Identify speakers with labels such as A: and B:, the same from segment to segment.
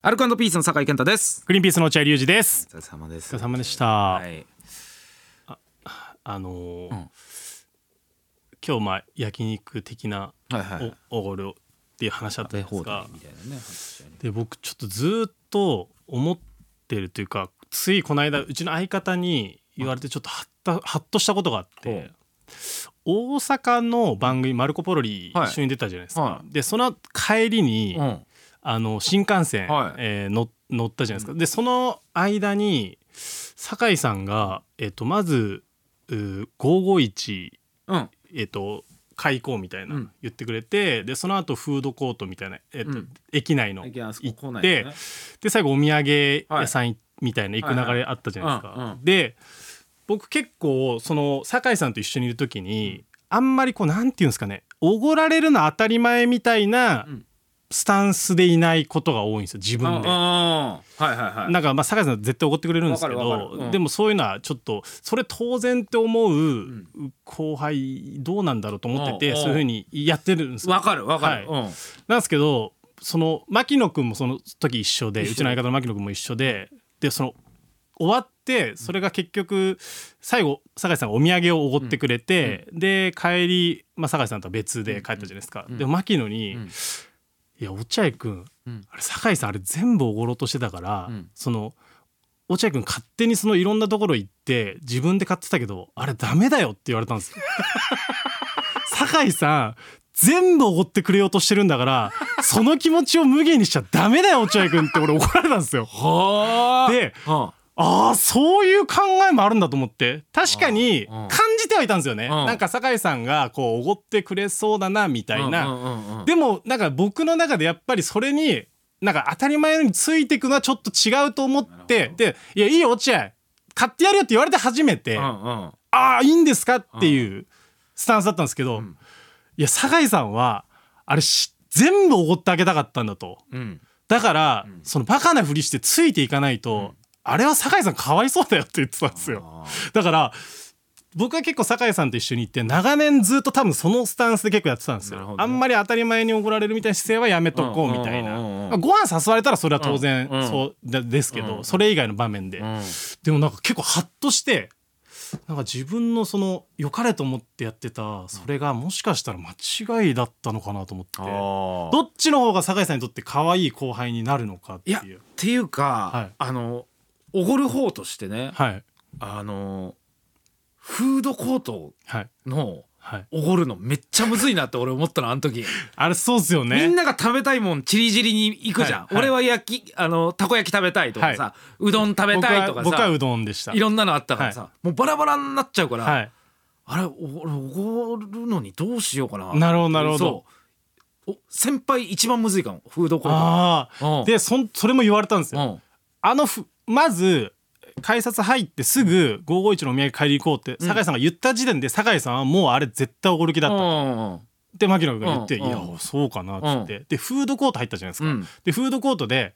A: アルコピースの酒井健太です。
B: グリーンピースの落合隆二です。
A: お疲れ様です
B: お疲れ様でした。
A: はい。
B: あのー
A: うん
B: 今日まあ焼肉的な
A: はいはい。
B: おおごるっていう話だったん
A: で、
B: です
A: ほう
B: が
A: み、たいなね。話だよね
B: で僕ちょっとずーっと思ってるというか、ついこの間うちの相方に言われてちょっとはったはっとしたことがあっ
A: ほ
B: て
A: う。
B: 大阪の番組「マルコ・ポロリ」
A: はい
B: 一緒に出たじゃないですか、
A: は
B: でその帰りに、
A: うん。
B: あの新幹線、
A: はい
B: えー乗乗ったじゃないですか、でその間に酒井さんが、えっとまずうー551、
A: うん。
B: えっと開港みたいうなん言ってくれて、でその後フードコートみたいな、えっと
A: うん
B: 駅内の
A: 駅内あそこ
B: 行
A: 構
B: っ
A: 内
B: て、
A: のね
B: で最後お土産屋さんみたいな行く流れあったじゃないですか。
A: はいはいうんうん
B: で僕結構その酒井さんと一緒にいる時に、あんまりこうなんていうんですかねおごられるの当たり前みたいな
A: うん
B: スタンスでいないことが多いんですよ自
A: うん。う
B: 分
A: ん。
B: で。
A: はいはいはい。
B: なんかまあ酒井さんは絶対おごってくれるんですけ
A: わかるわか
B: ど、
A: るうん
B: でもそういうのはちょっとそれ当然って思うん後輩どうなんだろうと思ってて、
A: うんうん
B: そういうふうにやってるんですよ
A: わかるわかる。うん。
B: なんですけどその牧野君もその時一緒で
A: 一緒
B: うちの相方の牧野君も一緒ででその終わってそれが結局最後酒井さんがお土産をおごってくれて、で帰り、まあ、酒井さんとは別で帰ったじゃないですか、
A: うん
B: でも牧野に、
A: うん
B: いや落合君、
A: うん
B: あれ酒井さんあれ全部おごろうとしてたから、
A: うん
B: その落合君勝手にそのいろんなところ行って自分で買ってたけどあれダメだよって言われたんですよ。 酒井さん全部おごってくれようとしてるんだからその気持ちを無限にしちゃダメだよ落合君って俺怒られたんですよ。
A: はあ。
B: で
A: うん。
B: ああそういう考えもあるんだと思って確かに
A: うんうん
B: 感じてはいたんですよね。
A: ん
B: なんか酒井さんがこうおごってくれそうだなみたいな。
A: うんうんうん。
B: でもなんか僕の中でやっぱりそれになんか当たり前のようについていくのはちょっと違うと思ってで「いやいいよ落合買ってやるよ」って言われて初めて「
A: う
B: あ
A: んうん。
B: あいいんですか?」っていうスタンスだったんですけど、
A: ん
B: いや酒井さんはあれし全部おごってあげたかったんだと
A: うん。
B: だから、そのバカなふりしてついていかないと、あれは酒井さんかわいそうだよって言ってたんですよ。
A: あ
B: だから僕は結構酒井さんと一緒に行って長年ずっと多分そのスタンスで結構やってたんです
A: なる
B: よ、
A: ほどね
B: あんまり当たり前に怒られるみたいな姿勢はやめとこ
A: う
B: うんみたいな、
A: うんうんうん
B: まあご飯誘われたらそれは当然
A: うんうん
B: そうだですけど、
A: うん
B: それ以外の場面で、
A: ーうん。
B: でもなんか結構ハッとしてなんか自分のその良かれと思ってやってたそれがもしかしたら間違いだったのかなと思って、
A: ああ。
B: どっちの方が酒井さんにとって可愛い後輩になるのかって
A: い
B: い
A: や、っ
B: う
A: ていう
B: は
A: か
B: い、
A: あの、おごる方としてね、
B: はい
A: あの、フードコート
B: はい
A: の、
B: はい
A: おごるのめっちゃむずいなって俺思ったのあの時、
B: あれそうっすよね
A: みんなが食べたいもんチリジリに行くじゃん、
B: はいはい
A: 俺は焼きあのたこ焼き食べたいとかさ、
B: は
A: うどん食べ
B: 僕
A: たい
B: は
A: とか
B: 僕は
A: さ
B: うどんでした
A: いろんなのあったからさ、
B: は
A: もうバラバラになっちゃうから、
B: はい
A: あれお俺おごるのにどうしようかな
B: なるほどなるほど
A: そうお先輩一番むずいかもフードコー
B: ああ
A: ト
B: でそんそれも言われたんです
A: うん
B: よ。
A: うん
B: あのふまず改札入ってすぐ551のお土産買いに行こうって酒井さんが言った時点で酒井さんはもうあれ絶対おごる気だ
A: う
B: ったっ
A: ん
B: て牧野君が言って
A: う
B: 「い
A: んうん
B: やそうかな」っつってでフードコート入ったじゃないです
A: う
B: か
A: ん。
B: でフードコートで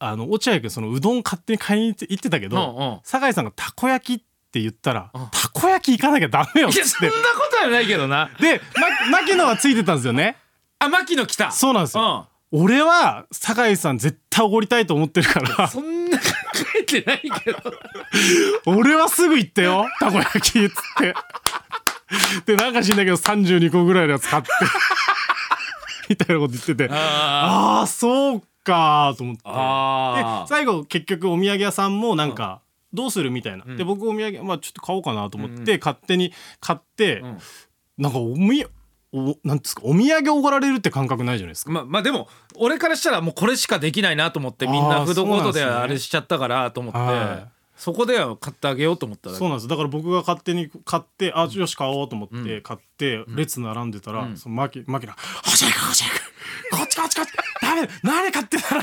B: あの落合君そのうどん勝手に買いに行って行ってたけ
A: うん
B: ど
A: うん
B: 酒井さんが「たこ焼き」って言ったら
A: うん
B: 「たこ焼き行かなきゃダメよ」っ
A: いやそ
B: つ
A: ん
B: っ
A: なことはないけどな
B: てでま牧野はついてたんですよね。
A: あ牧野来た
B: そうなんですよ
A: うん
B: 俺は酒井さん絶対おごりたいと思ってるから
A: そんな考えてないけど
B: 俺はすぐ行ったよたこ焼きっつ ってでなんか知んだけど32個ぐらいのやつ 買ってみたいなこと言って てあ
A: あ
B: あーそうかーと思って
A: あ
B: で最後結局お土産屋さんもなんか、どうするみたいな、で僕お土産、まあ、ちょっと買おうかなと思って、勝手に買って、
A: ん
B: なんかおみおなんですかお土産おごられるって感覚ないじゃないですか。
A: まあまあでも俺からしたらもうこれしかできないなと思ってみんな
B: あー
A: フードコートで
B: そうなんですね
A: あれしちゃったからと思って
B: はい
A: そこでは買ってあげようと思っただ
B: そ
A: け
B: うなんですだから僕が勝手に買ってあよし買おうと思って買って、列並んでたら、そのマキマキナ「欲しい欲しいこっちこっちこっちダメだ何買ってたら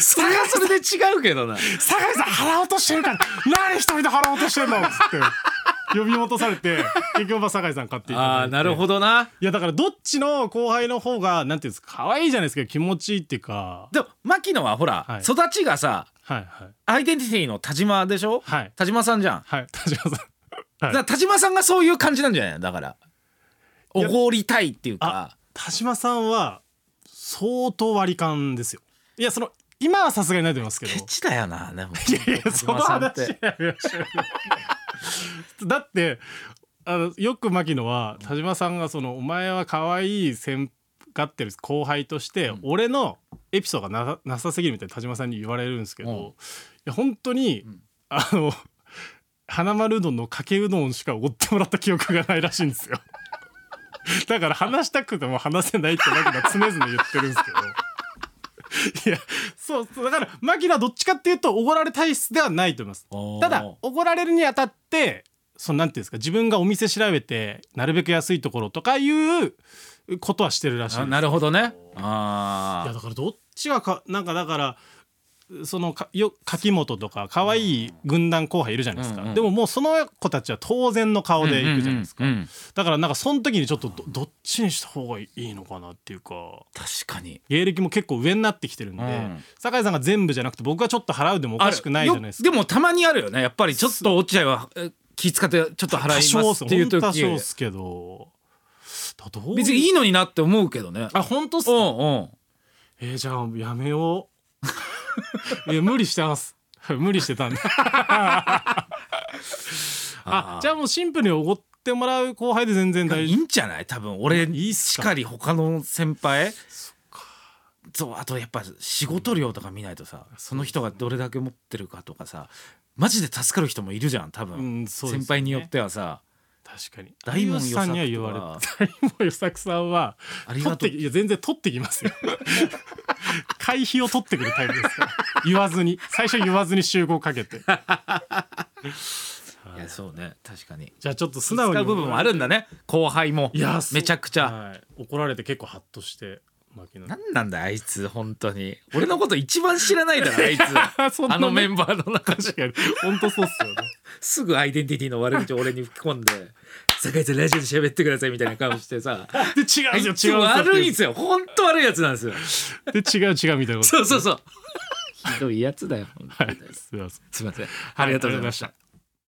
A: それはそれで違うけ どな
B: 酒井さん払おうとしてるから何一人で払おうとしてんの」っつって呼び戻されて結局は酒井さん買っていただい
A: あ
B: て
A: あなるほどない
B: やだからどっちの後輩の方がなんていうんですか可愛いじゃないですか気持ちいいっていうか
A: でも牧野はほら、
B: はい
A: 育ちがさ
B: はいはい
A: アイデンティティの田島でしょ、
B: はい
A: 田島さんじゃん、
B: はい田島さん、
A: だ
B: はい
A: から田島さんがそういう感じなんじゃないのだからお
B: や
A: ごりたいっていう
B: あ
A: か
B: 田島さんは相当割り勘ですよ。いやその今はさすがにないと思いますけど
A: ケチだよな でも
B: いやいやその
A: 田島
B: 話
A: さんって
B: やめましょう だってあのよく牧野は田島さんがその「お前は可愛い先がってる後輩として、
A: うん
B: 俺のエピソードがななさすぎる」みたいな田島さんに言われるんですけど、
A: うん
B: いや本当に、
A: うん
B: あの花丸うどんのかけうどんしかおごってもらった記憶がないらしいんですよ。 だから話したくても話せないって牧野は常々言ってるんですけど。 いやそうそうだから牧野はどっちかっていうとおごられ体質ではないと思います
A: おー
B: ただおごられるにあたってそのなんていうんですか自分がお店調べてなるべく安いところとかいうことはしてるらしい
A: あ
B: です
A: なるほどね
B: いや
A: あ
B: だからどっちがかなんかだからそのかよ柿本とか可愛い軍団後輩いるじゃないですか、
A: うんうん
B: でももうその子たちは当然の顔
A: あ
B: で行くじゃないですか、
A: うんうんうんうん
B: だからなんかその時にちょっとどどっちにした方がいいのかなっていうか
A: 確かに
B: 芸歴も結構上になってきてるんで、
A: うん
B: 酒井さんが全部じゃなくて僕がちょっと払うでもおかしくないじゃないです
A: ある
B: か
A: よでもたまにあるよねやっぱりちょっと落合はえ気使ってちょっと払
B: 多
A: い
B: 少
A: ま
B: っ
A: す
B: す
A: っていう
B: ほんと多少っ
A: 時
B: すけどだどう
A: 別にいいのになって思うけどね
B: あ本当っす
A: う
B: ね
A: んうん
B: えー、じゃあやめよう いや無理してます無理して たんであじゃあもうシンプルにおごってもらう後輩で全然大
A: い
B: 丈
A: い
B: 夫
A: んじゃない多分俺
B: いいっす
A: し
B: か
A: かり他の先輩そうあとやっぱ仕事量とか見ないとさその人がどれだけ持ってるかとかさマジで助かる人もいるじゃん多
B: う
A: 分、
B: んそうですね
A: 先輩によってはさ
B: 確かに
A: 大門
B: 有吉さんには言われて大門与作さんは
A: あり
B: 取
A: が
B: っ
A: と
B: て
A: う
B: いや全然取ってきますよ 会費を取ってくるタイプですから言わずに最初言わずに集合かけて
A: いやそうね確かに
B: じゃあちょっと素
A: 素
B: 直
A: 直な
B: に
A: 部分もあるんだね後輩も
B: いやそう
A: めちゃくちゃ、
B: はい怒られて結構ハッとして牧野に
A: なんなんだあいつ本当に俺のこと一番知らないだろあ いつ
B: そんな
A: あのメンバーの中で
B: 確かに本当そうっすよね
A: すぐアイデンティティの悪口を俺に吹き込んで「酒井さんラジオで喋ってください」みたいな顔して さ
B: で違
A: あ
B: うん
A: い
B: です
A: つ
B: よ違うん
A: 悪いん
B: で
A: ですすよ本当悪いやつなんですよ
B: よで違う違うみたいなこと
A: そうそうそう ひどいやつだよ本当
B: はい
A: に
B: すいません
A: すみませんありがとうございました
B: は